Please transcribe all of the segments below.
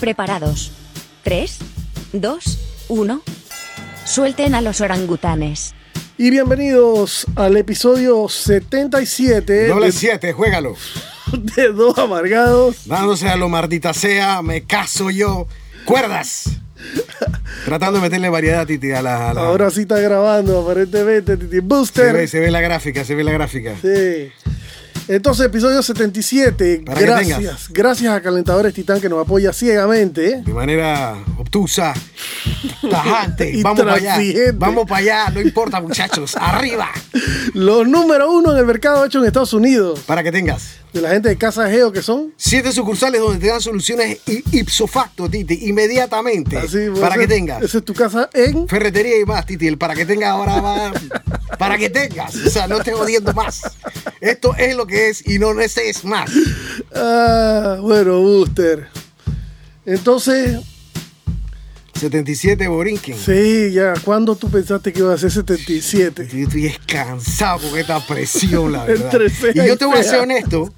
Preparados. 3, 2, 1. Suelten a los orangutanes. Y bienvenidos al episodio 77 Doble de, 7, juégalo. de Dos Amargados. Dándose a lo mardita sea, me caso yo. Cuerdas. Tratando de meterle variedad Titi, a la. a la- Ahora sí está grabando, aparentemente, Titi se, ve, Booster. se ve la gráfica, se ve la gráfica. Sí. Entonces, episodio 77. Para que Gracias. tengas. Gracias a Calentadores Titán que nos apoya ciegamente. ¿eh? De manera obtusa, tajante. Y Vamos para allá. transigente. Vamos para allá, no importa, muchachos. Arriba. Los número uno en el mercado hecho en Estados Unidos. Para que tengas. De la gente de Casa Geo que son. Siete sucursales donde te dan soluciones i- ipso facto, Titi, inmediatamente. Así, pues, pues, para ese- que tengas. Esa es tu casa en. Ferretería y más, Titi. El para que tengas ahora va. Para que tengas. O sea, no estés jodiendo más. Esto es lo que es y no es más. Ah, bueno, Booster. Entonces, 77 Borinquen. Sí, ya. ¿Cuándo tú pensaste que iba a ser 77? Yo estoy cansado con esta presión, la verdad. Entre fea y y yo te voy a ser fea. honesto.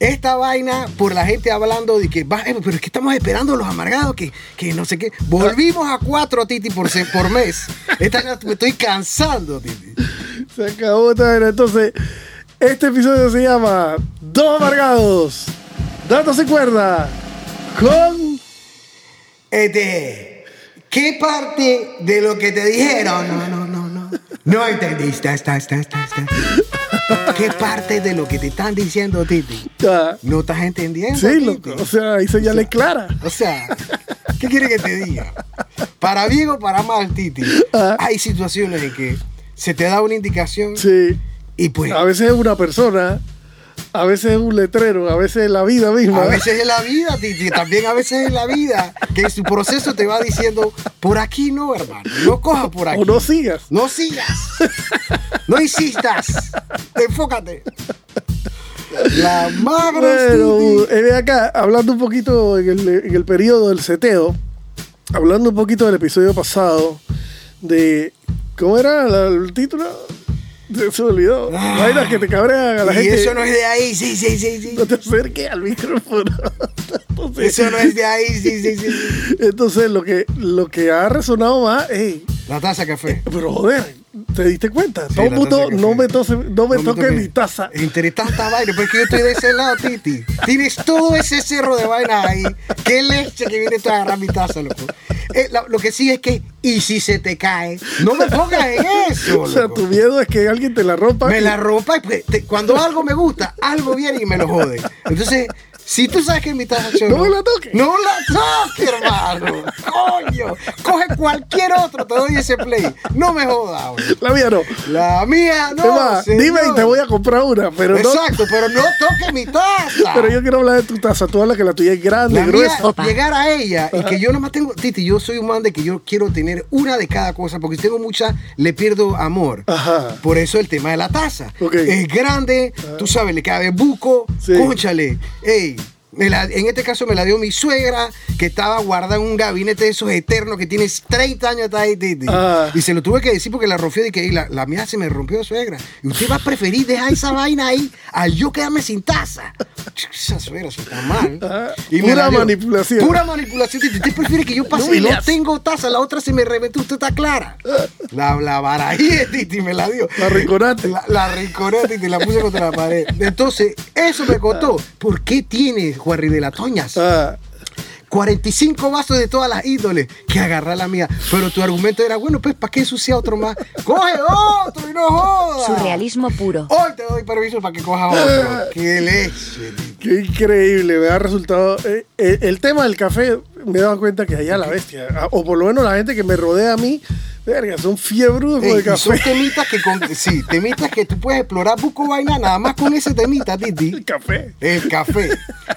Esta vaina por la gente hablando de que va, eh, pero es que estamos esperando los amargados, que, que no sé qué. Volvimos a cuatro, Titi, por, se- por mes. Esta- me estoy cansando, Titi. Se acabó esta vaina. Entonces, este episodio se llama Dos Amargados, Dándose Cuerda, con. Este, ¿qué parte de lo que te dijeron? No, no, no, no. No entendiste. Está, está, está, está. ¿Qué parte de lo que te están diciendo, Titi? Ah, No estás entendiendo. sí, Titi? loco. O sea, ahí señales claras. O sea, ¿qué quiere que te diga? Para bien o para mal, Titi, Ah. hay situaciones en que se te da una indicación Sí. y pues A a veces es una persona, a veces es un letrero, a veces es la vida misma. veces es la vida, Titi, también a veces es la vida, que en su proceso te va diciendo, por aquí no, hermano, no cojas por aquí. O no sigas. No sigas. No insistas. Enfócate. La madre. Bueno, Titi. eh, de acá, hablando un poquito en el, en el periodo del seteo, hablando un poquito del episodio pasado, de. ¿Cómo era la- el título? Se, se me olvidó. Ah. Vainas que te cabrean a eh, la y gente. eso no es de ahí, sí, sí, sí, sí. No te acerques al micrófono. Entonces, Eso no es de ahí, sí, sí, sí. sí. entonces lo, que, lo que ha resonado más es. La taza de café. Pero joder, ¿te diste cuenta? Sí, Todo el la mundo taza de café. no me, tose- no me toque toques. mi taza. Entre tanta vaina, pero es que yo estoy de ese lado, Titi. Tienes todo ese cerro de vainas ahí. Qué leche que viene tú a agarrar mi taza, loco. Eh, la- lo que sí es que, y si se te cae, no me pongas en eso. O sea, loco. tu miedo es que alguien te la rompa. Me y- la ropa y pues, te- cuando algo me gusta, algo viene y me lo jode. Entonces, si tú sabes que mi taza es choro, No me la toques. No la toques, hermano. Coño. Coge cualquier otro, te doy ese play. No me jodas, bro. La mía no. La mía, no. Es más, dime y señor. te voy a comprar una, pero no. Exacto, pero no toques mi taza. Pero yo quiero hablar de tu taza. Tú hablas que la tuya es grande, La mía, gruesa. llegar a ella y que yo nomás tengo, Titi, yo soy un man de que yo quiero tener una de cada cosa, porque si tengo muchas, le pierdo amor. Ajá. Por eso el tema de la taza. Ok. Ah. Es grande, tú sabes, le cabe buco, Sí. cónchale. Ey, me la- en este caso me la dio mi suegra, que estaba guardada en un gabinete de esos eternos que tienes 30 años está ahí, Titi. Ah. Y se lo tuve que decir porque la rompió y que "Ey, la, la mía se me rompió, suegra. Y usted va a preferir dejar esa vaina ahí al yo quedarme sin taza. Esa suegra, eso está mal. Ah, Y me pura la dio. manipulación. Pura manipulación. Titi. Usted prefiere que yo pase No y no humillas. tengo taza, la otra se me reventó, usted está clara. La, la barajé, Titi, me la dio. La rinconaste. La, la rinconé, Titi, la puse contra la pared. Entonces, eso me contó. ¿Por qué tiene Juan Rivera Toñas? Ah, 45 vasos de todas las ídoles que agarrar la mía. Pero tu argumento era, bueno, pues, ¿para qué ensucia otro más? ¡Coge otro y no jodas! Surrealismo puro. Hoy te doy permiso para que cojas Ah. otro. ¡Qué leche, Titi. qué increíble. Me ha resultado. eh, eh, el tema del café, me he dado cuenta que allá la bestia. ah, O por lo menos la gente que me rodea a mí, verga, son fiebrudos Ey, con el Eh, y son café. temitas que con- sí, temitas que tú puedes explorar buco vaina nada más con ese temita, Titi. El café. El café.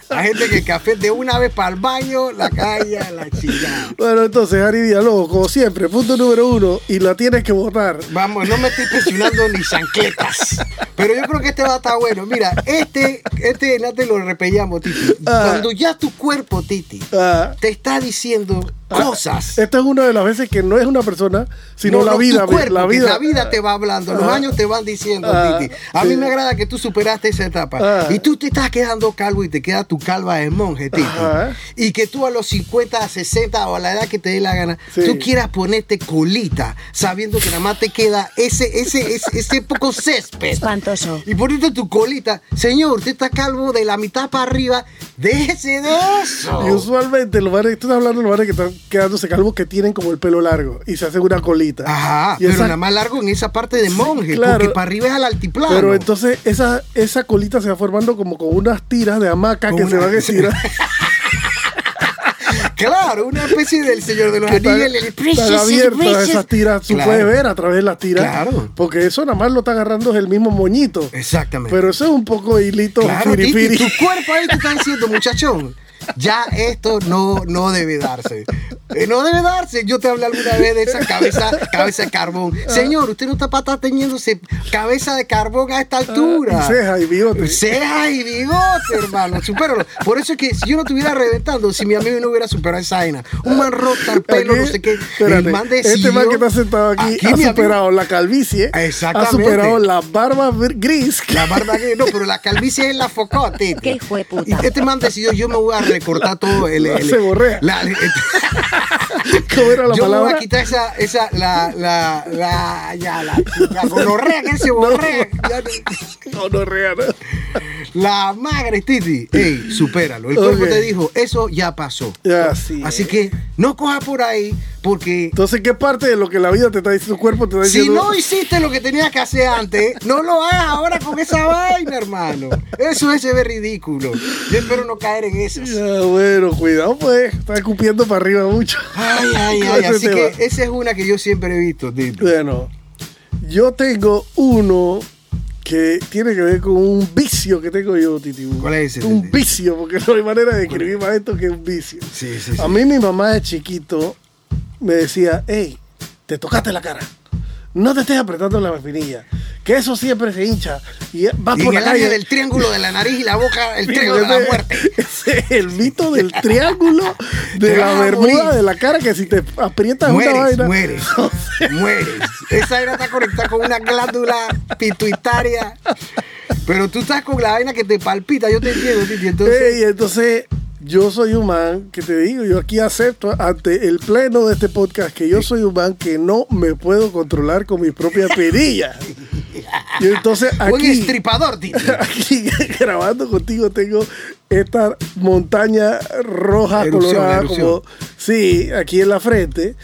La gente que el café de una vez para el baño, la calle, la chingada. Bueno, entonces, Ari Diálogo, como siempre, punto número uno, y la tienes que votar. Vamos, no me estoy presionando ni chancletas. Pero yo creo que este va a estar bueno. Mira, este, este delante lo repellamos, Titi. Ah. Cuando ya tu cuerpo, Titi, Ah, te está diciendo cosas. esta es una de las veces que no es una persona, sino No, la, no, vida, tu cuerpo, la que vida. la vida te va hablando, los Ah. años te van diciendo, Ah, Titi. A sí. mí me agrada que tú superaste esa etapa. Ah. Y tú te estás quedando calvo y te queda tu calva de monje, Titi. Ajá. Y que tú a los 50, 60 o a la edad que te dé la gana, Sí. tú quieras ponerte colita, sabiendo que nada más te queda ese, ese, ese, ese poco césped. Espantoso. Y ponerte tu colita, señor, usted está calvo de la mitad para arriba, déjese de eso. Y usualmente los bares, tú estás hablando de los bares que están quedándose calvos que tienen como el pelo largo y se hacen una colita. Ajá, Y pero esa- nada más largo en esa parte de monje, claro. porque para arriba es al altiplano. Pero entonces esa, esa colita se va formando como con unas tiras de hamaca Con que se una- van a estirar. Claro, una especie del Señor de los que están- Anillos, el Precious, están abiertas Precious. esas tiras. Tú Claro, puedes ver a través de las tiras. Claro. Porque eso nada más lo está agarrando es el mismo moñito. Exactamente. Pero eso es un poco hilito claro, Titi, piripiri. tu cuerpo ahí te está diciendo, muchachón, ya esto no, no debe darse. Eh, No debe darse. Yo te hablé alguna vez de esa cabeza, cabeza de carbón. Ah. Señor, usted no está para estar teniéndose cabeza de carbón a esta altura. Ah, y ceja y bigote. Ceja y bigote, hermano. Supéralo. Por eso es que si yo no estuviera reventando, si mi amigo no hubiera superado esa vaina, un man rota el pelo, Aquí, no sé qué. espérate, el man este decidió- man que está sentado aquí, ha mi amigo- superado la calvicie, ha Exactamente. superado la barba ver- gris. La barba que no, pero la calvicie es la focó, Titi. Qué hijo de puta. Y Este man decidió, yo me voy a recortar todo el. la el- ceborrea. la- el- ¿Cómo era la yo me voy palabra? a quitar esa, esa, la, la, la, ya, la, la gonorrea, que se borrea. No, no, rea, no. La madre, Titi. Ey, supéralo. El Ok. cuerpo te dijo, eso ya pasó. Ya, sí. Así que no coja por ahí, porque Entonces, ¿qué parte de lo que la vida te está diciendo, tu cuerpo te está si diciendo? no hiciste lo que tenías que hacer antes, no lo hagas ahora con esa vaina, hermano. Eso es se ve ridículo. Yo espero no caer en esas. Ya, bueno, cuidado, pues. Está escupiendo para arriba mucho. Ay, ay, Con ay. ese Así que tema. esa es una que yo siempre he visto, Tito. Bueno, yo tengo uno que tiene que ver con un vicio que tengo yo, Titi. ¿Cuál es ese, Un Titi? vicio, porque no hay manera de escribir más esto que un vicio. Sí, sí, sí. A mí mi mamá de chiquito me decía, hey, te tocaste la cara. No te estés apretando la espinilla. Que eso siempre se hincha. Y vas Y en por la el área calle. del triángulo de la nariz y la boca, el Sí, triángulo de la ese- muerte. ese es el mito del triángulo de Te la vas a bermuda morir. de la cara que si te aprietas una Mueres, vaina. mueres, mueres. Esa vaina está conectada con una glándula pituitaria. Pero tú estás con la vaina que te palpita, yo te entiendo, Titi. Entonces, Ey, entonces, yo soy un man que te digo, yo aquí acepto ante el pleno de este podcast que yo soy un man que no me puedo controlar con mis propias perillas. Y entonces un aquí, estripador, Titi. aquí grabando contigo tengo esta montaña roja Erupción, colorada erupción. como sí, aquí en la frente.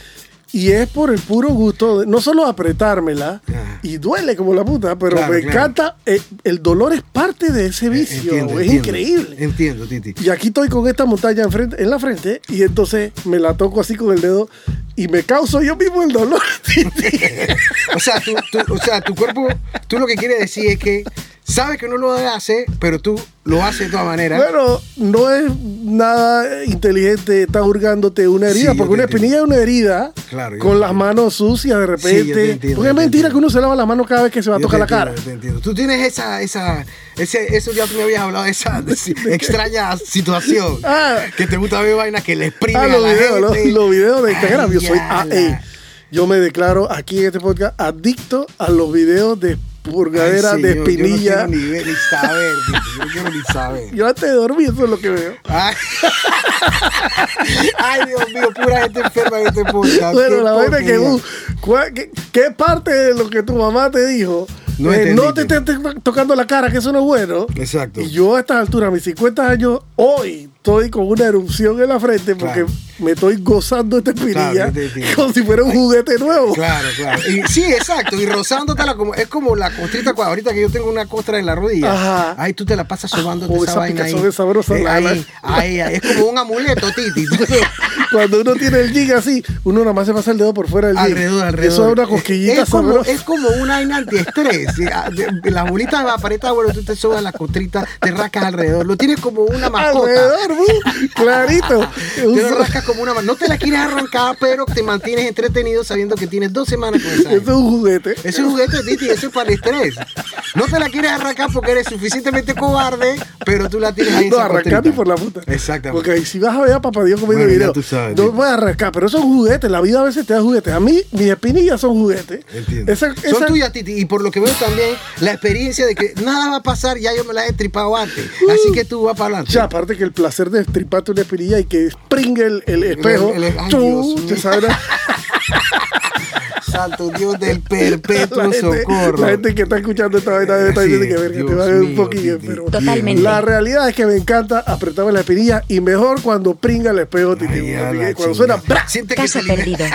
Y es por el puro gusto, de- no solo apretármela, Ah. y duele como la puta, pero Claro, me claro. Eh, encanta, eh, el, dolor es parte de ese vicio, Entiendo, es entiendo. increíble. Entiendo, Titi. Y aquí estoy con esta montaña enfrente- en la frente y entonces me la toco así con el dedo y me causo yo mismo el dolor. O sea, tú, tú- o sea, tu cuerpo, tú lo que quieres decir es que sabes que no lo debes hacer, pero tú lo haces de todas maneras. bueno, no es nada inteligente estar hurgándote una Sí, herida, yo porque te una entiendo. espinilla es una herida Claro, yo con te las entiendo. manos sucias de Sí, yo te entiendo, repente. porque yo te es mentira entiendo. que uno se lava la mano cada vez que se va a Yo tocar te la cara. entiendo, yo te entiendo. Tú tienes esa, esa, ese, eso ya tú me habías hablado de esa de- extraña situación. Ah. Que te gusta ver vainas que le exprimen Ah, a los la videos, los, gente. los videos de Instagram. Ay, yo soy E. ya, AE. la- Yo me declaro aquí en este podcast adicto a los videos de purgadera, Ay, de señor, espinilla. Yo no quiero ni ver, ni saber. tío, Yo no quiero ni saber. yo antes de dormir, eso es lo que veo. Ay. Ay, Dios mío, pura gente enferma en este podcast. Bueno, Qué la vaina es que, porquería. uh, ¿cuál- qué, qué parte de lo que tu mamá te dijo? No eh, entendí, no te estés to- tocando la cara, que eso no es bueno. Exacto. Y yo a estas alturas, a mis 50 años, hoy estoy con una erupción en la frente porque Claro. me estoy gozando esta espinilla Claro, yo te entiendo. como si fuera un juguete nuevo. Claro, claro. Y- sí, exacto. Y rozándotela como, es como la costrita cua- ahorita que yo tengo una costra en la rodilla. Ajá. Ahí tú te la pasas sobándote Oh, esa, esa vaina ahí. picazón es sabrosa, Eh, la- ahí, ahí, ahí. es como un amuleto, Titi. Cuando uno tiene el jig así, uno nada más se pasa el dedo por fuera del jig. Alrededor, alrededor. Eso da una cosquillita es como, sabrosa. es como una vaina antiestrés. Sí, ah, de- Las bolitas de vaporeta, bueno, tú te sobas las costritas, te rascas alrededor. Lo tienes como una mascota. Alrededor, bu, clarito. Te lo rascas como una ma- No te la quieres arrancar, pero te mantienes entretenido sabiendo que tienes dos semanas con esa. Esto vaina. es un juguete. Ese es un juguete, Titi, eso es para el estrés. No te la quieres arrancar porque eres suficientemente cobarde, pero tú la tienes ahí. No, esa arrancar ni costrita. por la puta. Exactamente. Porque ahí si vas a ver a Papá Dios comiendo Bueno, ya video, tú sabes, no tío. voy a arrancar, pero esos juguetes, la vida a veces te da juguetes. A mí, mis espinillas son juguetes. Entiendo. Esa- Son esa- tuyas, Titi. Y por lo que veo también, la experiencia de que nada va a pasar, ya yo me la he tripado antes. Así que tú vas para adelante. Ya, aparte que el placer de estriparte una espinilla y que springue el, el espejo. el- el- ay, Chu, Dios te mío. sabrá. Santo Dios del la, perpetuo gente, socorro. la gente que está escuchando esta vaina debe estar Sí, diciendo que verga, te Dios va a ver un mío, poquillo. Titi. Pero Totalmente. la realidad es que me encanta apretarme la espinilla y mejor cuando pringa el espejo, Titi. Ay, a Así la que cuando chingada. suena ¡bra! Sientes que, Caso te liber- perdido.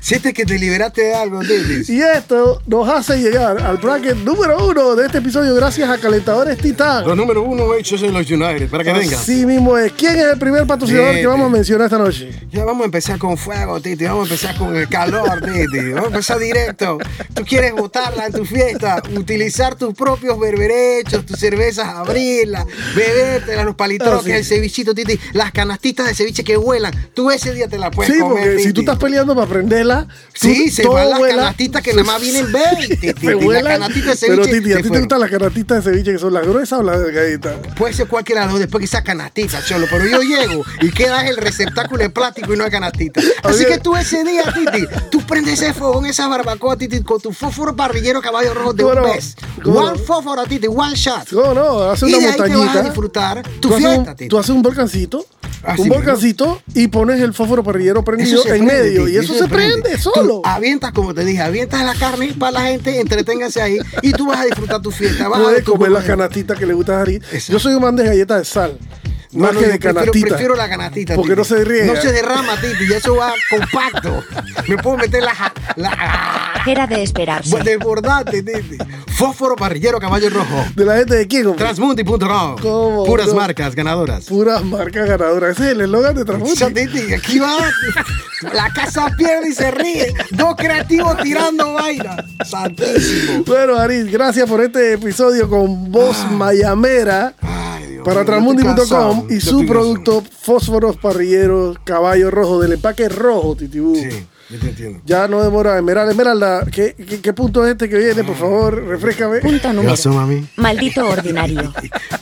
sientes que te liberaste de algo, Titi. Y esto nos hace llegar al bracket número uno de este episodio gracias a Calentadores Titán. número uno hechos en los United, para Ah, que Así mismo es. ¿Quién es el primer patrocinador Titi. que vamos a mencionar esta noche? Ya vamos a empezar con fuego, Titi. Vamos a empezar con el calor, Titi. Vamos a empezar directo. Tú quieres botarla en tu fiesta, utilizar tus propios berberechos, tus cervezas, abrirlas, bebértelas, los palitroques, Así. el cevichito, Titi, las canastitas de ceviche que vuelan. Tú ese día te la puedes sí, comer. porque si tú Pues Titi. estás peleando para prenderla, tú- Sí, se todo van las vuela. canastitas que nada más vienen 20. Titi. Se Las vuelan. canastitas de ceviche. Pero Titi, se ¿a ti te fueron. gustan las canatitas de ceviche que son las gruesas o las delgaditas? Puede ser cualquiera de las dos después que sea canastita, cholo. Pero yo llego y queda el receptáculo de plástico y no hay canastita. Así Oye. que tú ese día, Titi, tú prendes ese fogón, esa barbacoa, Titi, con tu fósforo parrillero caballo rojo de Bueno, un mes. bueno. One fósforo, Titi, one shot. No, no, hace Y una de ahí te vas a montañita. disfrutar tu Tú haces un- fiesta, Titi. Ah, Tú haces un volcancito, Así un mismo. volcancito y pones el fósforo parrillero prendido en medio. Titi, y eso, se prende, Tú solo. avientas, como te dije, avientas la carne para la gente, entreténganse ahí y tú vas a disfrutar tu fiesta. Vas a ver Puedes tu comer las juego. canastitas que le gusta a Jari. Exacto. Yo soy un man de galletas de sal. No, más no, que yo de prefiero- canastita. Prefiero la canastita. Porque Titi. no se riega. No se derrama, Titi, y eso va compacto. Me puedo meter la. ja- la Era de esperarse. desbordante, Titi. Fósforo parrillero caballo rojo. ¿De la gente de quién? hombre? Transmundi.com. ¿Cómo? Puras No. marcas ganadoras. Puras marcas ganadoras. Ese es el eslogan de O sea, Transmundi. Titi, aquí va. La casa pierde y se ríe. Dos creativos tirando vaina. Santísimo. Bueno, Aris, gracias por este episodio con voz mayamera. Ay, Ah. Dios mío, yo Para estoy cansado, Transmundi.com yo y estoy su cansado. producto Fósforos Parrilleros Caballo Rojo del empaque rojo, Titibú. Sí, yo te entiendo. Ya no demora. Esmeralda, Esmeralda, ¿qué, qué, qué punto es este que viene? Ah. Por favor, refrescame. Punto ¿Qué pasó, número. mami? Maldito ordinario.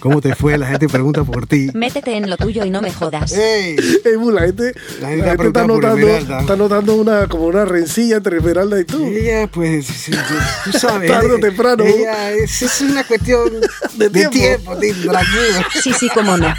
¿Cómo te fue? La gente pregunta por ti. Métete en lo tuyo y no me jodas. ¡Ey! Ey, bu, la gente, La gente la gente, ha está, preguntado por notando, Esmeralda. está notando una, como una rencilla entre Esmeralda y tú. Ella, pues, sí, tú- tú sabes. Tarde o eh, temprano. Ella, es, es una cuestión de De tiempo, tiempo. de- tranquilo. Sí, sí, cómo no.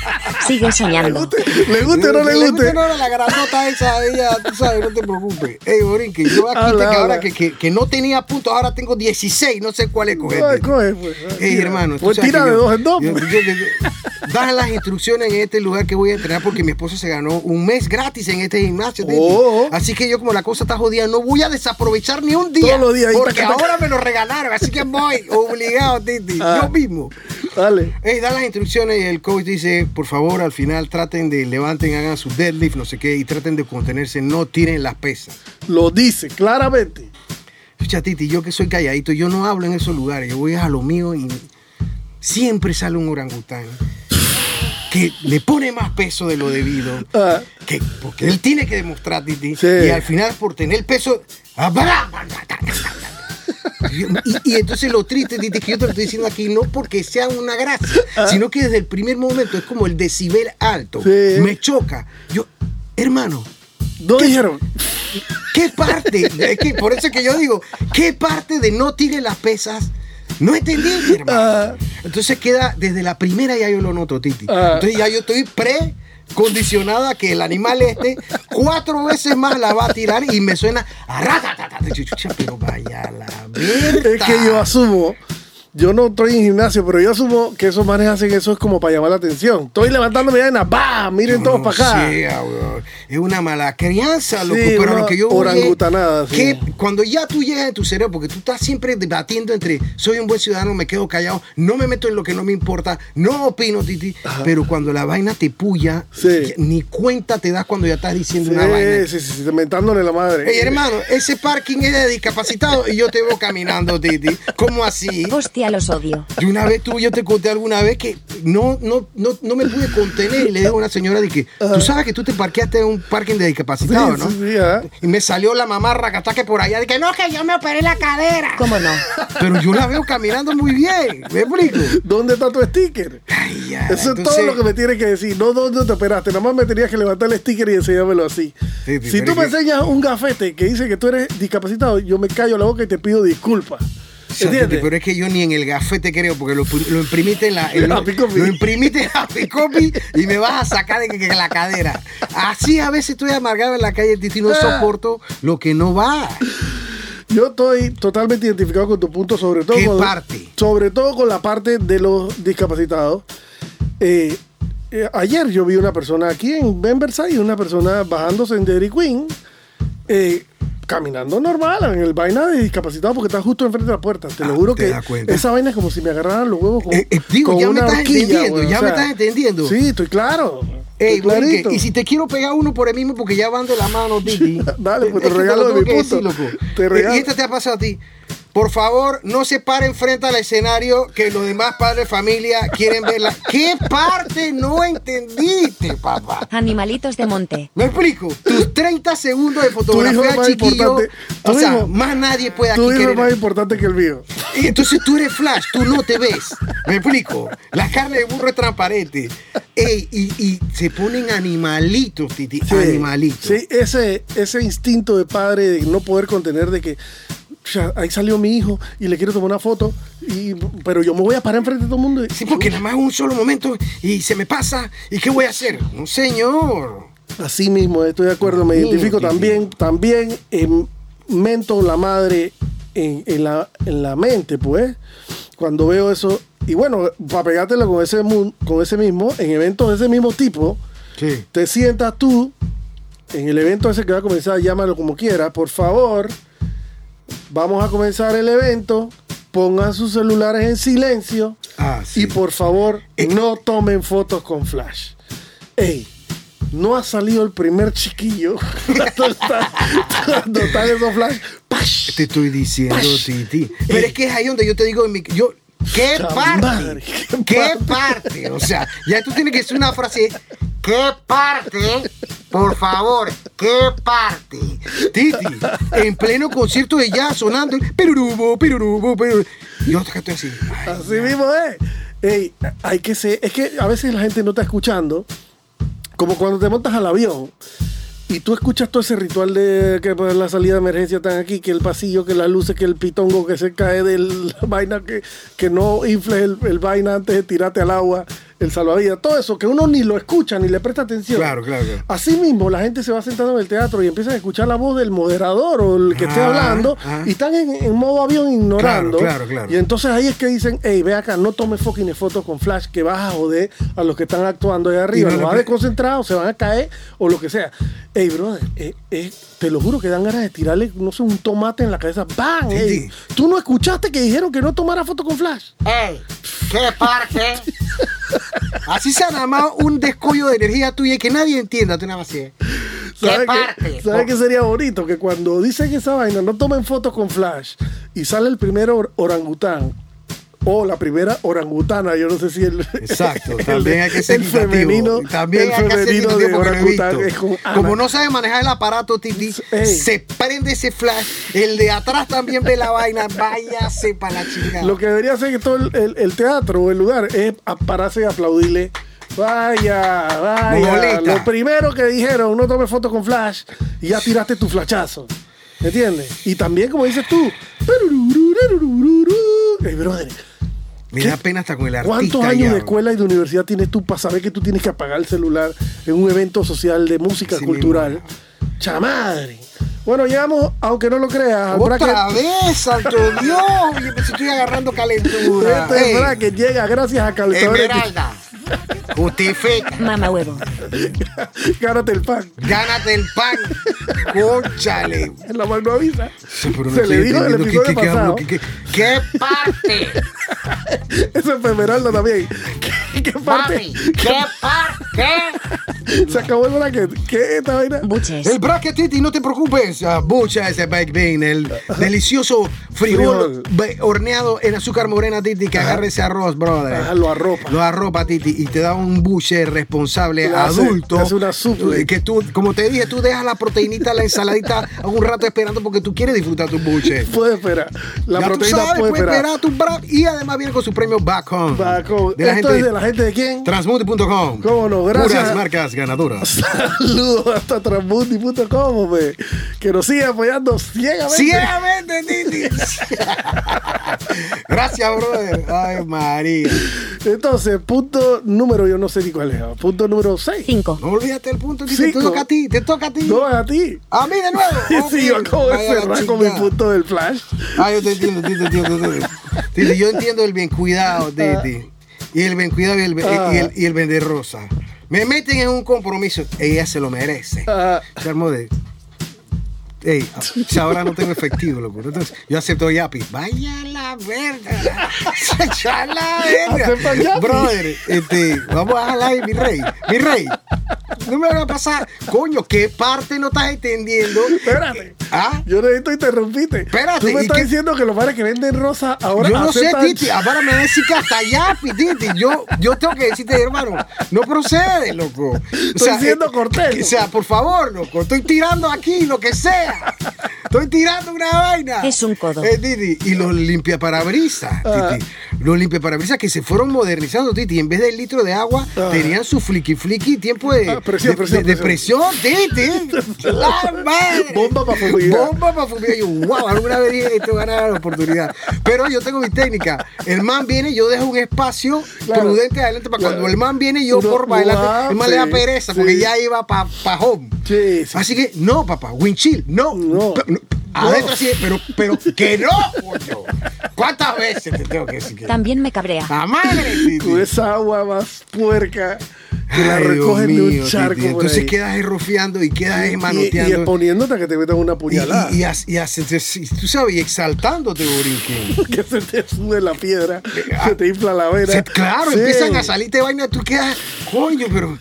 Sigue soñando. Le guste o no Que le guste. o no, la granota esa, ella, tú sabes, no te preocupes. Ey, Borinque, yo aquí Habla, te que ahora habla. que, que, que no tenía puntos, ahora tengo 16, no sé cuál es coger. Ay, coge, pues. Ey, Tira. hermano. tú Pues sabes tira que de yo- dos en dos. yo- pues. yo- yo- yo- das las instrucciones en este lugar que voy a entrenar porque mi esposo se ganó un mes gratis en este gimnasio. Titi. Oh. Así que yo, como la cosa está jodida, no voy a desaprovechar ni un día. Todos los días ahí, Porque taca, taca. ahora me lo regalaron. Así que voy obligado, Titi. Ah. Yo mismo. Dale. Ey, da las instrucciones y el coach dice, por favor, al final traten de levanten, hagan su deadlift, no sé qué, y traten de contenerse, no tiren las pesas. Lo dice claramente. Escucha, Titi, yo que soy calladito, yo no hablo en esos lugares. Yo voy a lo mío y siempre sale un orangután que le pone más peso de lo debido. Ah. que- porque él tiene que demostrar, Titi. Sí. Y al final, por tener peso. ¡Ah, Y, y entonces lo triste, Titi, es que yo te lo estoy diciendo aquí no porque sea una gracia, Ah. sino que desde el primer momento es como el decibel alto. Sí. Me choca. Yo, hermano, No dijeron. ¿Qué parte? Es que por eso es que yo digo, ¿qué parte de no tire las pesas? No entendí, mi hermano. Ah. Entonces queda, desde la primera ya yo lo noto, Titi. Ah. Entonces ya yo estoy precondicionada a que el animal este cuatro veces más la va a tirar y me suena a ratatata. Yo, chucha, pero vaya la mierda. Es que yo asumo Yo no estoy en gimnasio, pero yo asumo que esos manes hacen eso es como para llamar la atención. Estoy levantándome ya en la ¡Bah! Miren todos No para acá. sea, weón. Es una mala crianza, loco. Sí, pero una lo que yo voy es orangutanada, sí. que cuando ya tú llegas en tu cerebro, porque tú estás siempre debatiendo entre soy un buen ciudadano, me quedo callado, no me meto en lo que no me importa, no opino, Titi. Pero cuando la vaina te puya, Sí. ni cuenta te das cuando ya estás diciendo una vaina. Sí, sí, sí, sí, mentándole la madre. Hey, hermano, ese parking es de discapacitado y yo te veo caminando, Titi. ¿Cómo así? Hostia, los odio. Y una vez tú, yo te conté alguna vez que no, no, no, no me pude contener y le digo a una señora de que tú sabes que tú te parqueaste en un parking de Sí, discapacitados, ¿no? sí, sí, ajá. Y me salió la mamá racataque por allá de que no, que yo me operé la cadera. ¿Cómo no? Pero yo la veo caminando muy bien, ¿me explico? ¿Dónde está tu sticker? Ay, ya, Eso es todo entonces- lo que me tienes que decir. No dónde te operaste. Nada más me tenías que levantar el sticker y enseñármelo así. Sí, sí, si pero tú me es que- enseñas un gafete que dice que tú eres discapacitado, yo me callo la boca y te pido disculpas. Santi, ¿Entiendes? Pero es que yo ni en el gafete creo, porque lo, pu- lo imprimiste en la. en lo, La Picopi. lo imprimiste en la Picopi y me vas a sacar de, que- que la cadera. Así a veces estoy amargado en la calle Titi, Ah. no soporto lo que no va. Yo estoy totalmente identificado con tu punto, sobre todo ¿Qué con parte? sobre todo con la parte de los discapacitados. Eh, eh, ayer yo vi una persona aquí en Versailles, una persona bajándose en Dairy Queen, eh, caminando normal en el vaina de discapacitado porque está justo enfrente de la puerta. Te lo Ah, juro ¿te que das cuenta? esa vaina es como si me agarraran los huevos con, Eh, eh, digo, con ya me una estás horquilla, entendiendo, weón, ya me estás entendiendo. Sí, estoy claro. Ey, estoy porque- clarito. y si te quiero pegar uno por el mismo, porque ya van de la mano, Titi. Dale, pues, te Es que regalo lo de mi tengo que punto. Te Eh, regalo. Y esta te ha pasado a ti. Por favor, no se paren frente al escenario que los demás padres de familia quieren verla. ¿Qué parte no entendiste, papá? Animalitos de monte. ¿Me explico? Tus 30 segundos de hijo es fotografía, más chiquillo. importante. O Tu sea, hijo- más nadie puede aquí Tu hijo es querer. más importante que el mío. Y entonces tú eres flash, tú no te ves. ¿Me explico? La carne de burro es transparente. Ey, y, y se ponen animalitos, Titi. Sí, animalitos. Sí, ese, ese instinto de padre de no poder contener, de que o sea, ahí salió mi hijo y le quiero tomar una foto, y, pero yo me voy a parar enfrente de todo el mundo. y- Sí, porque nada más un solo momento y se me pasa. ¿Y qué voy a hacer? No, señor. Así mismo, estoy de acuerdo, me Niño, identifico Titi. también, también em, mento la madre en, en la, en la mente, pues, cuando veo eso. Y bueno, para pegártela con ese, mu- con ese mismo, en eventos de ese mismo tipo, Sí. te sientas tú en el evento ese que va a comenzar, llámalo como quiera, por favor. Vamos a comenzar el evento. Pongan sus celulares en silencio Ah, sí. y por favor Eh. no tomen fotos con flash. Ey, no ha salido el primer chiquillo cuando está- cuando están esos flash. ¡Pash! Te estoy diciendo, Pash. Titi. Pero es que es ahí donde yo te digo, en mi- yo, ¿qué Puta parte? Eh. madre, ¿Qué, parte? O sea, ya tú tienes que decir una frase, ¿qué parte? Por favor, ¿qué parte? Titi, en pleno concierto de jazz sonando, perurubo, perurubo, perurubo. Yo acá estoy así. ay, Así mismo es. Ey, hay que ser. Es que a veces la gente no está escuchando. Como cuando te montas al avión y tú escuchas todo ese ritual de que pues, la salida de emergencia están aquí, que el pasillo, que las luces, que el pitongo que se cae del la vaina, que, que no infles el, el vaina antes de tirarte al agua, el salvavidas, todo eso, que uno ni lo escucha ni le presta atención. Claro, claro, claro. Así mismo, la gente se va sentando en el teatro y empieza a escuchar la voz del moderador o el que esté Ah, hablando ah. y están en, en modo avión ignorando. Claro, claro, claro. Y entonces ahí es que dicen, hey, ve acá, no tomes fucking fotos con flash que vas a joder a los que están actuando ahí arriba. Y no Los le vas a pre- desconcentrar o se van a caer o lo que sea. Hey, brother, eh, eh, te lo juro que dan ganas de tirarle, no sé, un tomate en la cabeza. ¡Bang! Sí, ey! Tú no escuchaste que dijeron que no tomara foto con flash. ¡Ey! ¿Qué parte? Así se ha llamado un descollo de energía tuya y que nadie entienda. Tú nada más así. ¿eh? ¿Qué ¿Sabe parte? qué sabe qué sería bonito? Que cuando dicen esa vaina, no tomen fotos con flash y sale el primer or- orangután. O la primera orangutana, yo no sé si el. Exacto, el- también hay que ser El equitativo. femenino. También el hay que ser femenino equitativo de porque lo he orangután visto. es con Ana. Como no sabe manejar el aparato, Titi, Ey. se prende ese flash. El de atrás también ve la vaina. Váyase para la chingada. Lo que debería hacer que todo el, el- el teatro o el lugar es a- pararse y aplaudirle. Vaya, vaya. Boleta. Lo primero que dijeron, no tomes fotos con flash y ya tiraste tu flashazo. ¿Entiendes? Y también, como dices tú, Ey, brother, Me ¿Qué? da pena hasta con el artista. ¿cuántos años ya, de escuela y de universidad tienes tú para saber que tú tienes que apagar el celular en un evento social de música Sí, mi cultural? madre. Chamadre. Bueno, llegamos, aunque no lo creas, al bracket. Otra vez, santo Dios. Yo pensé que estoy agarrando calentura. Este Ey, Eh, bracket llega gracias a Calentadores. Esmeralda, justifica. Mama huevo. Gánate el pan. Gánate el pan. Cónchale. La mal no avisa. Sí, pero no Se estoy le dijo en el entendiendo qué- episodio qué- qué hablo, qué- pasado. qué- ¿Qué parte? Eso es Esmeralda también. ¿Qué, qué parte? Mami, ¿qué parte? Se acabó el bracket. ¿Qué esta vaina? Buches. El bracket, Titi, no te preocupes. Ah, Bucha ese baked bean, el delicioso frijol Frijol. be- horneado en azúcar morena, Titi, que agarre ese arroz, brother. Ajá, Ah, lo arropa. Lo arropa, Titi, y te da un buche responsable, Te hace- adulto. te hace una sopa. eh, Que tú, como te dije, tú dejas la proteinita, la ensaladita, un rato esperando porque tú quieres disfrutar tu buche. Puede esperar. La Ya tú proteína sabes, pues, puede esperar. tu bra- y además viene con su premio Back Home. Back Home. De la Esto gente es de la gente de quién? Transmundi.com. Cómo no, gracias. Puras marcas ganadoras. Saludos hasta transmundi.com, hombre. Que nos sigue apoyando eh. ciegamente. Ciegamente, Titi. gracias, brother. Ay, María. Entonces, punto número, yo no sé ni cuál es. ah, Punto número 6. 5. No olvídate el punto, Titi. Te Cinco. toca a ti, te toca a ti. No es a ti. A mí de nuevo. Sí, Ok, sí, yo acabo de vaya la cerrar con mi chingada. punto del flash. Ah, yo te entiendo, Titi, te entiendo, te entiendo. Titi, yo entiendo el bien cuidado, Titi. Y el bien cuidado y el, Ah. y el, y el vender rosa. Me meten en un compromiso. Ella se lo merece. Ah. Se armó de. Ey, si ahora no tengo efectivo, loco. Entonces, yo acepto Yapi. Vaya la verga. Ya la verga. Acepto Yapi. Brother, este, vamos a jalar ahí, mi rey. Mi rey. No me va a pasar. Coño, ¿qué parte no estás entendiendo? Espérate. ¿Ah? Yo necesito interrumpirte. Espérate, Tú me ¿y estás qué- diciendo que los bares que venden rosa ahora Yo no sé, aceptan- Titi. Ahora me va a decir que hasta Yapi, Titi. Yo, yo tengo que decirte, hermano, no procede, loco. Estoy siendo cortés. O sea, por favor, loco. Estoy tirando aquí lo que sea. Estoy tirando una vaina. Es un codo. Eh, Titi. Y los limpiaparabrisas, Ah. Titi. Los limpiaparabrisas que se fueron modernizando, Titi. En vez del litro de agua, Ah. tenían su fliqui fliqui tiempo de, Ah, presión, de- presión, de- de presión, Titi. La madre. Bomba pa' fumigar. Bomba bomba para fumigar. Yo, wow, alguna vez dije esto ganar la oportunidad. Pero yo tengo mi técnica. El man viene, yo dejo un espacio Claro. prudente adelante para Claro. cuando el man viene, yo No, por no para adelante. hace, El man le da pereza porque sí. ya iba para pa home. Sí, sí. Así que, no, papá, winchill, no. No. P- no. Adentro sí, pero, pero que no, coño. ¿Cuántas veces te tengo que decir que no? También me cabrea. ¡La madre! Titi! Con esa agua más puerca que la Ay, Dios recogen de mío, un Titi. charco. por Entonces ahí. quedas ahí rofiando y quedas ahí y, y manoteando. exponiéndote a que te metan una Y, y, puñalada. y hace- y hace- tú sabes, y exaltándote, Borinquen. que se te sube la piedra, se te infla la vena. Eh, ah, Se- claro, Sí. empiezan a salirte vaina, tú quedas, coño, pero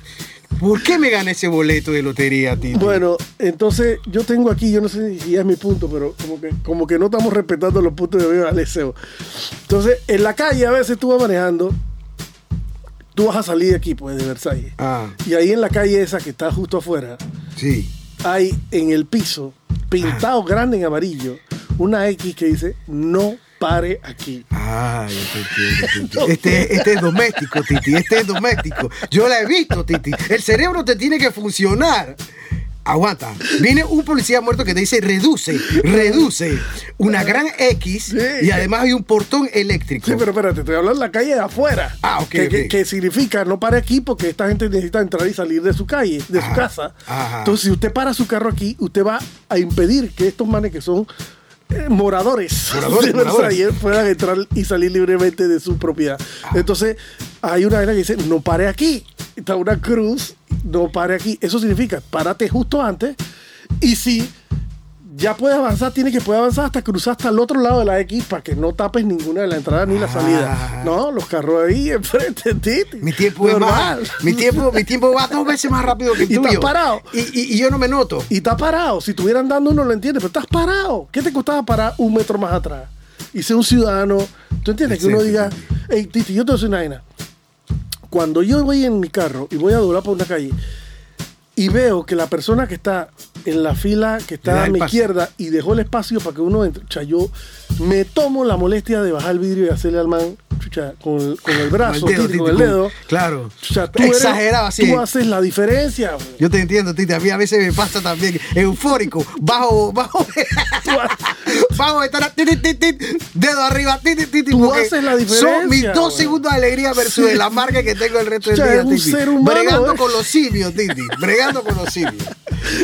¿por qué me gané ese boleto de lotería, Titi? Bueno, entonces yo tengo aquí, yo no sé si ya es mi punto, pero como que, como que no estamos respetando los puntos de vista de Alessio. Entonces, en la calle a veces tú vas manejando, tú vas a salir de aquí, pues, de Versalles. Ah, Y ahí en la calle esa que está justo afuera, sí. hay en el piso, pintado grande en amarillo, una X que dice, no pare aquí. Ah, yo te entiendo, Titi. Este, este es doméstico, Titi. Este es doméstico. Yo la he visto, Titi. El cerebro te tiene que funcionar. Aguanta. Viene un policía muerto que te dice reduce, reduce. Una gran X Sí. y además hay un portón eléctrico. Sí, pero espérate, estoy hablando de la calle de afuera. Ah, ok, Que, que- ok. que significa no pare aquí porque esta gente necesita entrar y salir de su calle, de Ajá, su casa. ajá. Entonces, si usted para su carro aquí, usted va a impedir que estos manes que son eh, moradores, Moradores, de Versalles moradores. Ah. puedan entrar y salir libremente de su propiedad. Entonces, hay una vaina que dice, no pare aquí. Está una cruz, no pare aquí. Eso significa, párate justo antes y si ya puedes avanzar, tienes que poder avanzar hasta cruzar hasta el otro lado de la X para que no tapes ninguna de la entrada ni la Ah. salida. No, los carros ahí enfrente de ti. Mi tiempo es Normal. más. Mi tiempo, mi tiempo va dos veces más rápido que el Y tuyo. estás parado. Y, y- y yo no me noto. Y estás parado. Si estuvieran dando uno lo entiende, pero estás parado. ¿Qué te costaba parar un metro más atrás? Y ser un ciudadano. ¿Tú entiendes? Que uno diga, hey, Titi, yo te soy una vaina. Cuando yo voy en mi carro y voy a doblar por una calle y veo que la persona que está en la fila que Le está da a el mi paso. izquierda y dejó el espacio para que uno entre, o sea, yo me tomo la molestia de bajar el vidrio y hacerle al man chucha, con, el- con el brazo, Con el dedo, Titi, con Titi, el con- dedo. claro. O sea, tú, eres- Exagerado, así es. tú haces la diferencia. bro. Yo te entiendo, Titi. A mí a veces me pasa también eufórico. Bajo, bajo. bajo estar dedo arriba. Titi, titi, Tú porque haces la Son mis diferencia, dos güey. segundos de alegría versus Sí. la amarga que tengo el resto del O sea, día. es un Titi. ser humano, Bregando eh. con los simios, Titi. Bregando con los simios.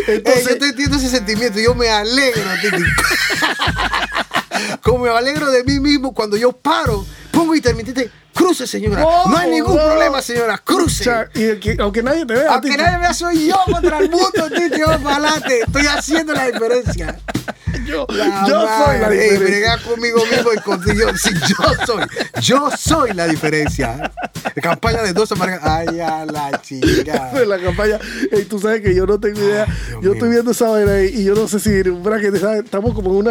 Entonces- Ey, yo te entiendo ese sentimiento. Yo me alegro, Titi. Como me alegro de mí mismo cuando yo paro, pongo intermitente. Cruce, señora. no hay ningún Oh, problema, señora. Cruce. Cha- y el que- aunque nadie te vea. Aunque Titi, nadie vea, soy yo contra el mundo, Titi. Yo para adelante. Estoy haciendo la diferencia. yo, La yo soy la madre. Ey, diferencia. brega conmigo mismo y contigo. Sí, yo soy. Yo soy la diferencia. Campaña de dos amargas. Ay, a la chica. de la campaña. Ey, tú sabes que yo no tengo idea. Dios yo estoy mío. viendo esa vaina ahí y yo no sé si en un bracket ¿sabes? estamos como en una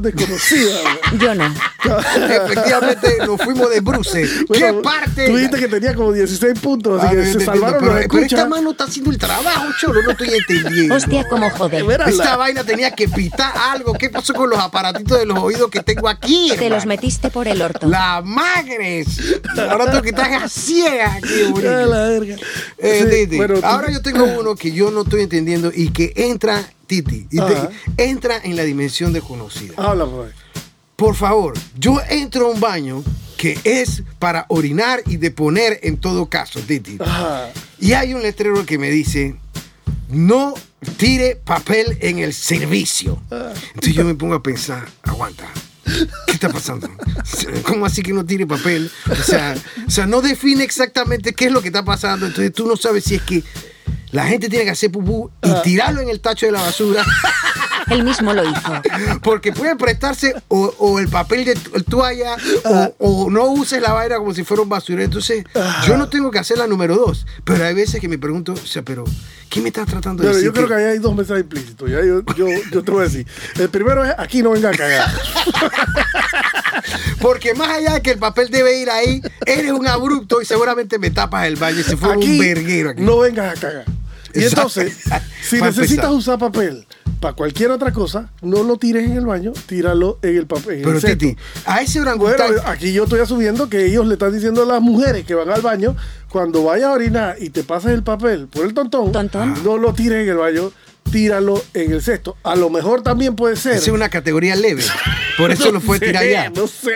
desconocida. güey. Yo no. Efectivamente, nos fuimos de bruce. Bueno, ¿Qué parte? Tú dijiste que tenía como 16 puntos, Ah, así que yo se te salvaron entiendo, los pero, pero esta escuchas. mano está haciendo el trabajo, cholo. No estoy entendiendo. Hostia, como jode. Verás la- Esta vaina tenía que pitar algo. ¿Qué pasó con los aparatitos de los oídos que tengo aquí? Te hermano? los metiste por el orto. La magres. Ahora tengo que estar a ciegas aquí, bonito. Ah, la verga. Eh, Sí, Titi, bueno, tú- ahora yo tengo uno que yo no estoy entendiendo y que entra, Titi, y te- Ajá. entra en la dimensión desconocida. Habla, pues. por favor. Por favor, yo entro a un baño que es para orinar y deponer en todo caso, Titi. Ajá. Y hay un letrero que me dice, no tire papel en el servicio. Entonces yo me pongo a pensar, aguanta. ¿Qué está pasando? ¿Cómo así que no tire papel? O sea, o sea, no define exactamente qué es lo que está pasando. Entonces tú no sabes si es que la gente tiene que hacer pupú y tirarlo en el tacho de la basura. Él mismo lo hizo. Porque puede prestarse o, o el papel de tu- toalla o, o no uses la vaina como si fuera un basurero. Entonces, yo no tengo que hacer la número dos. Pero hay veces que me pregunto, o sea, pero ¿qué me estás tratando de Pero decir? yo creo que que- ahí hay dos mensajes implícitos. ya Yo, yo, yo te voy a decir. El primero es aquí no venga a cagar. Porque más allá de que el papel debe ir ahí, eres un abrupto y seguramente me tapas el baño. Se fue un Aquí verguero aquí. no vengas a cagar. Y Exacto. entonces, si Pa' necesitas empezar. usar papel para cualquier otra cosa, no lo tires en el baño, tíralo en el papel. en el pero cesto. Titi, a ese Bueno, orangután... aquí yo estoy asumiendo que ellos le están diciendo a las mujeres que van al baño, cuando vayas a orinar y te pasas el papel por el tontón, Tontón. no lo tires en el baño, tíralo en el cesto. A lo mejor también puede ser. esa es una categoría leve. Por eso lo fue sé, tirar allá. No sé.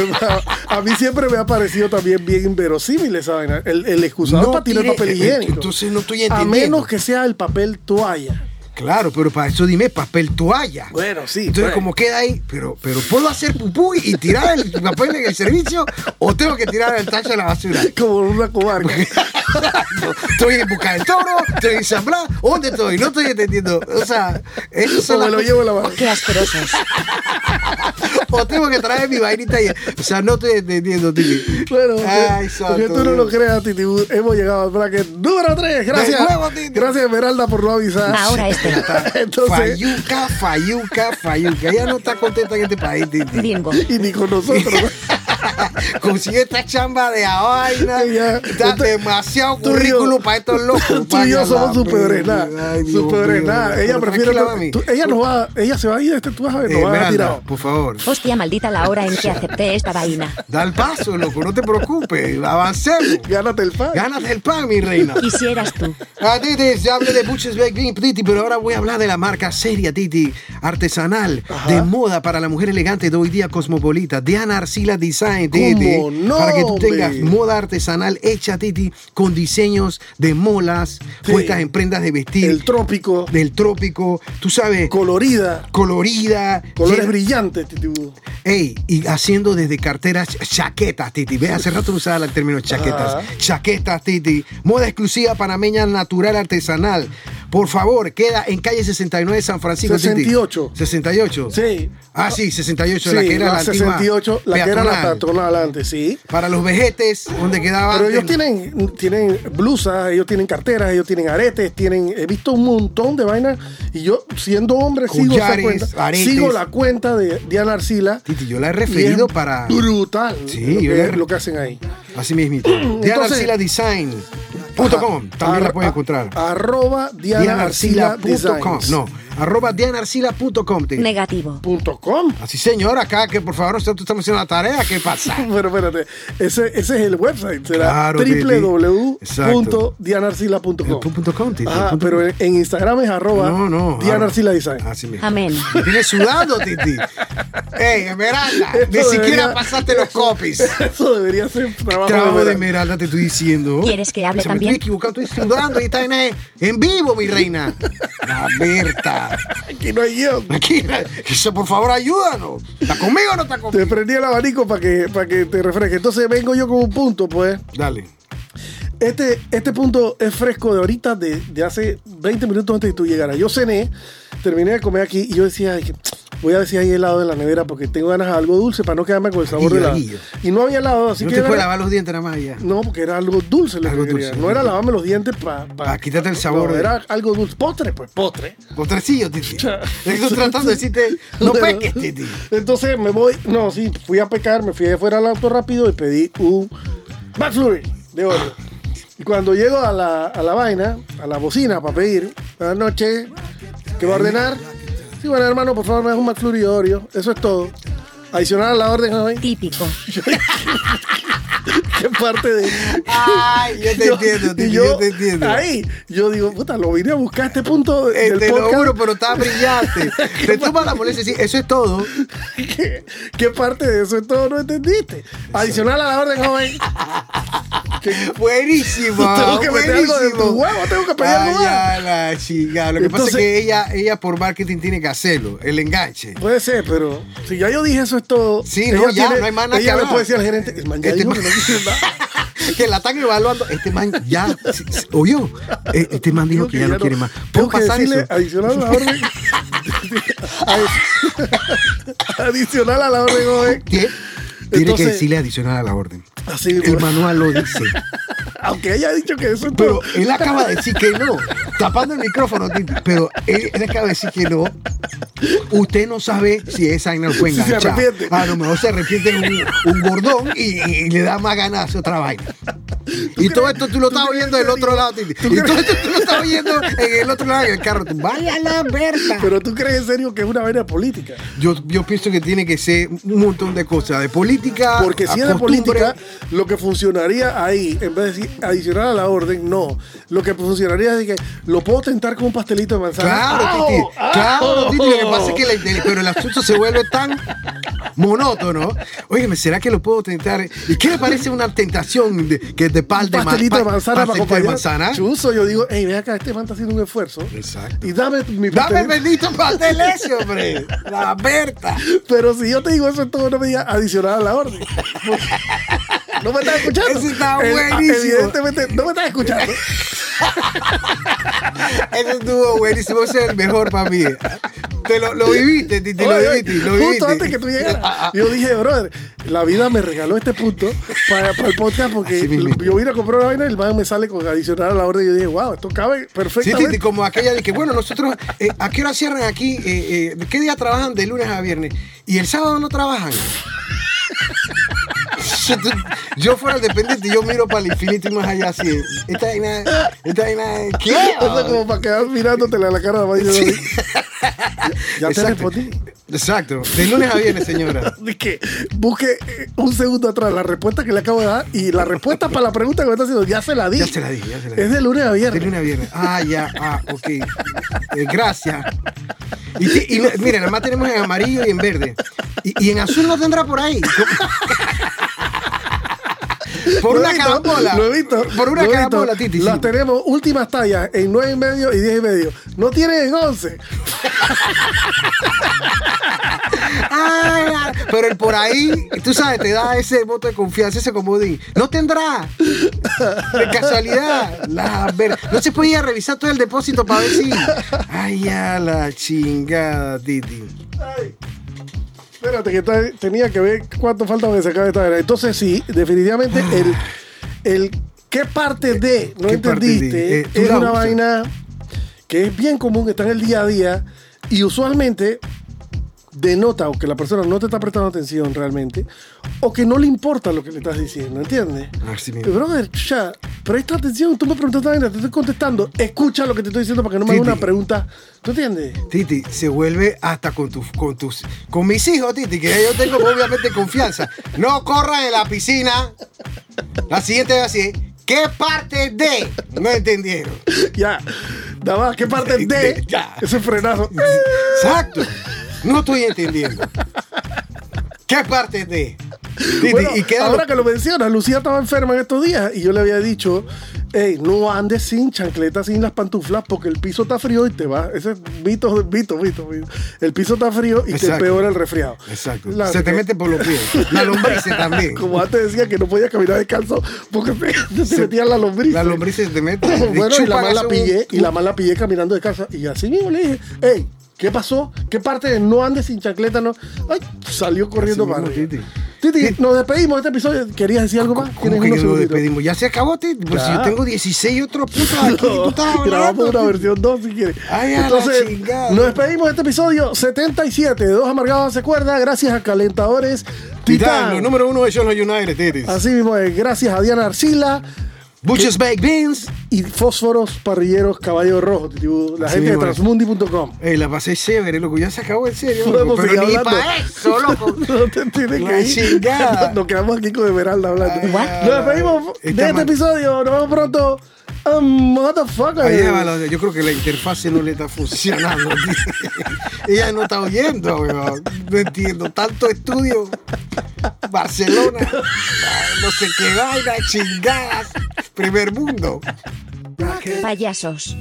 A mí siempre me ha parecido también bien inverosímil esa vaina. El, el excusado No para tirar tire- papel eh, higiénico. entonces no estoy A entendiendo. menos que sea el papel toalla. Claro, pero para eso dime papel toalla. Bueno, sí, Entonces, bueno. como queda ahí, pero, pero ¿puedo hacer pupú y tirar el papel en el servicio o tengo que tirar el tacho a la basura? Como una cobarca. estoy en busca del toro, estoy en San Blas, ¿dónde estoy? No estoy entendiendo. O sea, eso o me lo llevo en la mano. Qué asquerosos. O tengo que traer mi vainita y. O sea, no estoy entendiendo, Titi. Bueno, Ay, porque- santo porque tú no Dios. lo creas, Titi. Bud, Hemos llegado al bracket número 3. Gracias. nuevo, Titi. Gracias, Esmeralda, por no avisar. Ahora este. Entonces, Fayuca, Fayuca, Fayuca. Ella no está contenta en este país, Titi. Bingo. y ni con nosotros. Consigue esta chamba de a vaina. Ya. Está Entonces, demasiado tú y yo- currículo para estos locos. Tú y yo Vaya somos la superiores. pena. Ay, Dios Superiores. mío. Ella Pero prefiere. tranquila, mami. tú- ella, no va, ella se va a ir. Este, tú vas a ver, Eh, nos va a Esmeralda, dejar tirado. por favor. Hostia, maldita la hora en que acepté esta vaina. Da el paso, loco, no te preocupes. Avancemos. Gánate el pan. Ganas del pan, mi reina. Quisieras tú. Ah, Titi, ya hablé de Butcher's Baked Bean, Titi, pero ahora voy a hablar de la marca seria, Titi, artesanal, de moda para la mujer elegante de hoy día cosmopolita, Diana Arcila Design, Titi. ¿Cómo no, para que tú hombre? tengas moda artesanal hecha, Titi, con diseños de molas, Sí. puestas en prendas de vestir, El trópico. del trópico, tú sabes, Colorida. colorida, Colores llena- brillantes, Titi. Bud. Ey, y haciendo desde carteras ch- chaquetas, Titi. Ve, hace rato usaba el término chaquetas. Ajá. Chaquetas, Titi. Moda exclusiva panameña natural artesanal. Por favor, queda en calle 69 de San Francisco. Titi. 68. 68. Sí, Ah, sí, 68, sí, la que era la, la antigua 68, la que era la peatonal. patronal antes, sí. Para los vejetes, donde quedaba. Pero ellos antes- tienen, tienen blusas, ellos tienen carteras, ellos tienen aretes, tienen, he visto un montón de vainas. Y yo, siendo hombre, sigo esa Collares, cuenta. aretes. Sigo la cuenta de Diana Arcila. Titi, yo la he Y es referido para. Brutal. Sí, lo, yo que, la- lo que hacen ahí. Así mismito. Diana Entonces- Arcila Design. punto com. También la Ar- pueden encontrar. Arroba Diana Arcila DianaArcila.com. Designs. No, arroba DianaArcila.com. Titi. Negativo. Punto com. Así, señora, acá que por favor nosotros estamos haciendo la tarea, ¿qué pasa? Pero espérate, ese, ese es el website, será Claro, Titi. www.dianarcila.com. El punto com, Titi, el Ajá, punto pero com. en, en Instagram es arroba No, no. Dianarcila Design. Así mismo. Amén. Me tienes sudando, Titi. Ey, Esmeralda, Esto ni siquiera debería- pasaste los copies. Eso debería ser trabajo, Trabajo de de verano. Esmeralda, te estoy diciendo. ¿Quieres que hable O sea, me también? estoy equivocando, estoy sudando y está en, en vivo, eh, mi reina. La Berta. Aquí no hay guión. Aquí, dice, por favor, ayúdanos. ¿Está conmigo o no está Te conmigo? prendí el abanico para que, para que te refresque. Entonces vengo yo con un punto, pues. Dale. Este, este punto es fresco de ahorita, de, de hace 20 minutos antes de que tú llegaras. Yo cené, terminé de comer aquí y yo decía, "Ay, que voy a decir ahí helado en la nevera porque tengo ganas de algo dulce para no quedarme con el sabor Guillo, de la... guillo. Y no había helado, así no que... te era- puedes lavar los dientes nada más ya. No, porque era algo dulce lo Algo que quería. dulce. No era lavarme los dientes para... Pa' quitarte el sabor de- era algo dulce. Postre, pues, postre. Postrecillo, Titi. Estoy tratando de decirte, no peques, Titi. Entonces me voy... No, sí, fui a pecar, me fui afuera al auto rápido y pedí un McFlurry de oro. Y cuando llego a la, a la vaina, a la bocina para pedir, buenas noches, ¿qué va a ordenar? Sí, bueno, hermano, por favor, me das un McFlurry de Oreo. Eso es todo. Adicional a la orden, ¿no? Típico. que parte de... Ay, yo te Yo- entiendo, y Titi, yo, yo, te entiendo. Ahí, yo digo, puta, lo vine a buscar a este punto Eh, del te lo podcast. juro, pero está brillante. te toma la molestia sí, eso es todo. ¿Qué, qué parte de eso es todo no entendiste? Adicional a la orden, joven. Buenísimo. Tengo que meter algo de buenísimo. tu huevo, tengo que pedir Ay, algo más. ya, la chingada. Lo que pasa Entonces- es que ella, ella por marketing tiene que hacerlo, el enganche. Puede ser, pero si ya yo dije eso es todo. Sí, ella no, ya, no hay más nada que Ella le hablar. puede decir al gerente, el man ya Este dijo man- que no quiere nada. que la están evaluando. Este man ya, sí, sí, oyó. Eh, Este man dijo que ya no quiere más. Tengo ¿Puedo que pasar decirle eso? adicional a la orden. adicional a la orden, joven. Tie- Tiene Entonces- que decirle adicional a la orden. Así, eh. El manual lo dice. aunque ella ha dicho que eso es Pero eh, todo. él acaba de decir que no, tapando el micrófono, Titi, pero él, él acaba de decir que no. Usted no sabe si esa vaina lo fue Si se enganchada. arrepiente. A lo mejor se arrepiente un, un gordón y, y le da más ganas a hacer otra vaina. Y todo esto tú lo estás oyendo del otro lado, Titi. Y todo esto tú lo estás oyendo en el otro lado del carro. Tú, Vaya la Berta. Pero tú crees en serio que es una vaina política. Yo, yo pienso que tiene que ser un montón de cosas, de política. Porque si es de costumbre. política, lo que funcionaría ahí, en vez de decir adicional a la orden, no. Lo que funcionaría es que lo puedo tentar con un pastelito de manzana. Claro, ¡Au! Titi. ¡Au! Claro, Titi. Lo que pasa es que el- el- pero el asunto se vuelve tan monótono. Óyeme, ¿será que lo puedo tentar? ¿Y qué le parece una tentación de, que de pal Un de ma- pastelito de pa- manzana para pastelito de acompañar. manzana? Chuzo, yo digo, hey, ve acá, este man está haciendo un esfuerzo. Exacto. Y dame Dame mi el pastelito. bendito pastel ese, hombre. La Berta. Pero si yo te digo eso, todo no me digas adicional a la orden. No me estás escuchando. Eso está Eh, buenísimo. Evidentemente, no me estás escuchando. Eso estuvo buenísimo. Ese es el mejor para mí. Te lo, lo viviste, Titi. Lo Oye, oye, viviste. Lo justo viviste. antes que tú Ah, llegaras, yo dije, brother, la vida me regaló este punto para, para el podcast porque Así mismo. yo vine a comprar una vaina y el man me sale con adicional a la orden y yo dije, wow, esto cabe Sí, Titi, perfectamente. como aquella de que, bueno, nosotros, eh, ¿a qué hora cierran aquí? Eh, eh, ¿Qué día trabajan de lunes a viernes? ¿Y el sábado no trabajan? Yo tú- Yo fuera el dependiente y yo miro para el infinito y más allá así. Esta vaina, esta vaina, ¿qué? O sea, como para quedar mirándotele a la cara. man, y yo, Sí. Ya te Exacto. respondí. Exacto, de lunes a viernes, señora. De que busque eh, un segundo atrás la respuesta que le acabo de dar y la respuesta para la pregunta que me está haciendo, ya se la di. Ya se la di, ya se la di. Es de lunes a De viernes. lunes a viernes. Ah, ya, ah, ok. Eh, gracias. Y, sí, y no- mira, nada más tenemos en amarillo y en verde. Y, y en azul no tendrá por ahí. Por Lo he una visto, carambola. Lo he visto. Por una lo he visto. carambola, Titi. sí. Las tenemos últimas tallas en 9 y medio y 10 y medio. No tienen en 11. Ay, ay, Ah, pero el por ahí, tú sabes, te da ese voto de confianza, ese comodín. No tendrá. De casualidad. La ver- No se podía revisar todo el depósito para ver si. Ay, a la chingada, Titi. Espérate, que ta- tenía que ver cuánto falta para que se acabe esta era. Entonces, sí, definitivamente el, el qué parte de no Eh, ¿Qué parte entendiste de? Eh, tú es la una usas. vaina que es bien común, está en el día a día y usualmente denota o que la persona no te está prestando atención realmente o que no le importa lo que le estás diciendo, ¿entiendes? Así mismo. Brother, ya, presta atención, tú me preguntaste vaina, te estoy contestando, escucha lo que te estoy diciendo para que no me Sí, hagas una sí. pregunta, ¿tú entiendes? Titi, se vuelve hasta con tus, con tus, con mis hijos, Titi, que ya yo tengo obviamente confianza. No corran en la piscina. La siguiente es así. ¿Qué parte de? No entendieron. Ya, nada más, ¿qué parte de Ya. ese frenazo? Exacto. No estoy entendiendo. ¿Qué parte de? Titi, Bueno, y queda ahora lo- que lo mencionas, Lucía estaba enferma en estos días y yo le había dicho, Ey, no andes sin chancletas, sin las pantuflas, porque el piso está frío y te va. Ese es mito, mito, mito. mito. El piso está frío y te Exacto. empeora el resfriado. Exacto. La- Se te mete por los pies. La lombriz también. Como antes decía que no podías caminar descalzo porque te, te metían la lombriz. La lombriz se te mete. bueno, y la Chupan mala eso, pillé, y la mala pillé caminando de casa. Y así mismo le dije, hey, ¿qué pasó? ¿Qué parte de no andes sin chancleta? No? Ay, salió corriendo Así para mismo, arriba. Titi. Titi, nos despedimos de este episodio. ¿Querías decir algo más? ¿Cómo Tienes que ya unos nos segunditos. despedimos? Ya se acabó, Titi. Pues Ya. yo tengo 16 otros putas aquí. Tú estás Grabamos hablando, una Titi. versión 2 si quieres. Ay, a la Entonces, chingada. nos despedimos de este episodio 77 de Dos Amargados se cuerda, gracias a Calentadores Titán, los Titán. número uno de los United, Titi. Así mismo es, gracias a Diana Arcila Butchers Baked Beans. y Fósforos Parrilleros Caballo Rojo, Titibú, la Así gente de mismo es. transmundi.com. Ey, Eh, la pasé chévere, loco. Ya se acabó, en serio. loco. Podemos Pero seguir ni hablando. para eso, loco. no te tienes La que ir. chingada. Nos, nos quedamos aquí con Esmeralda hablando. Ay, nos despedimos ay, de está este mal. episodio. Nos vemos pronto. Um, motherfucker. Ahí llévala, yo creo que la interfase no le está funcionando. tío. Ella no está oyendo, weón. No entiendo. Tanto estudio. Barcelona. No sé qué vaina, chingadas. Primer mundo. Payasos.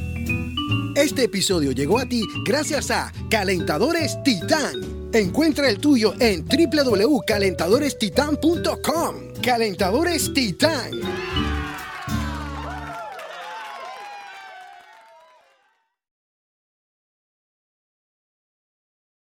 Este episodio llegó a ti gracias a Calentadores Titán. Encuentra el tuyo en www.calentadorestitan.com. Calentadores Titán.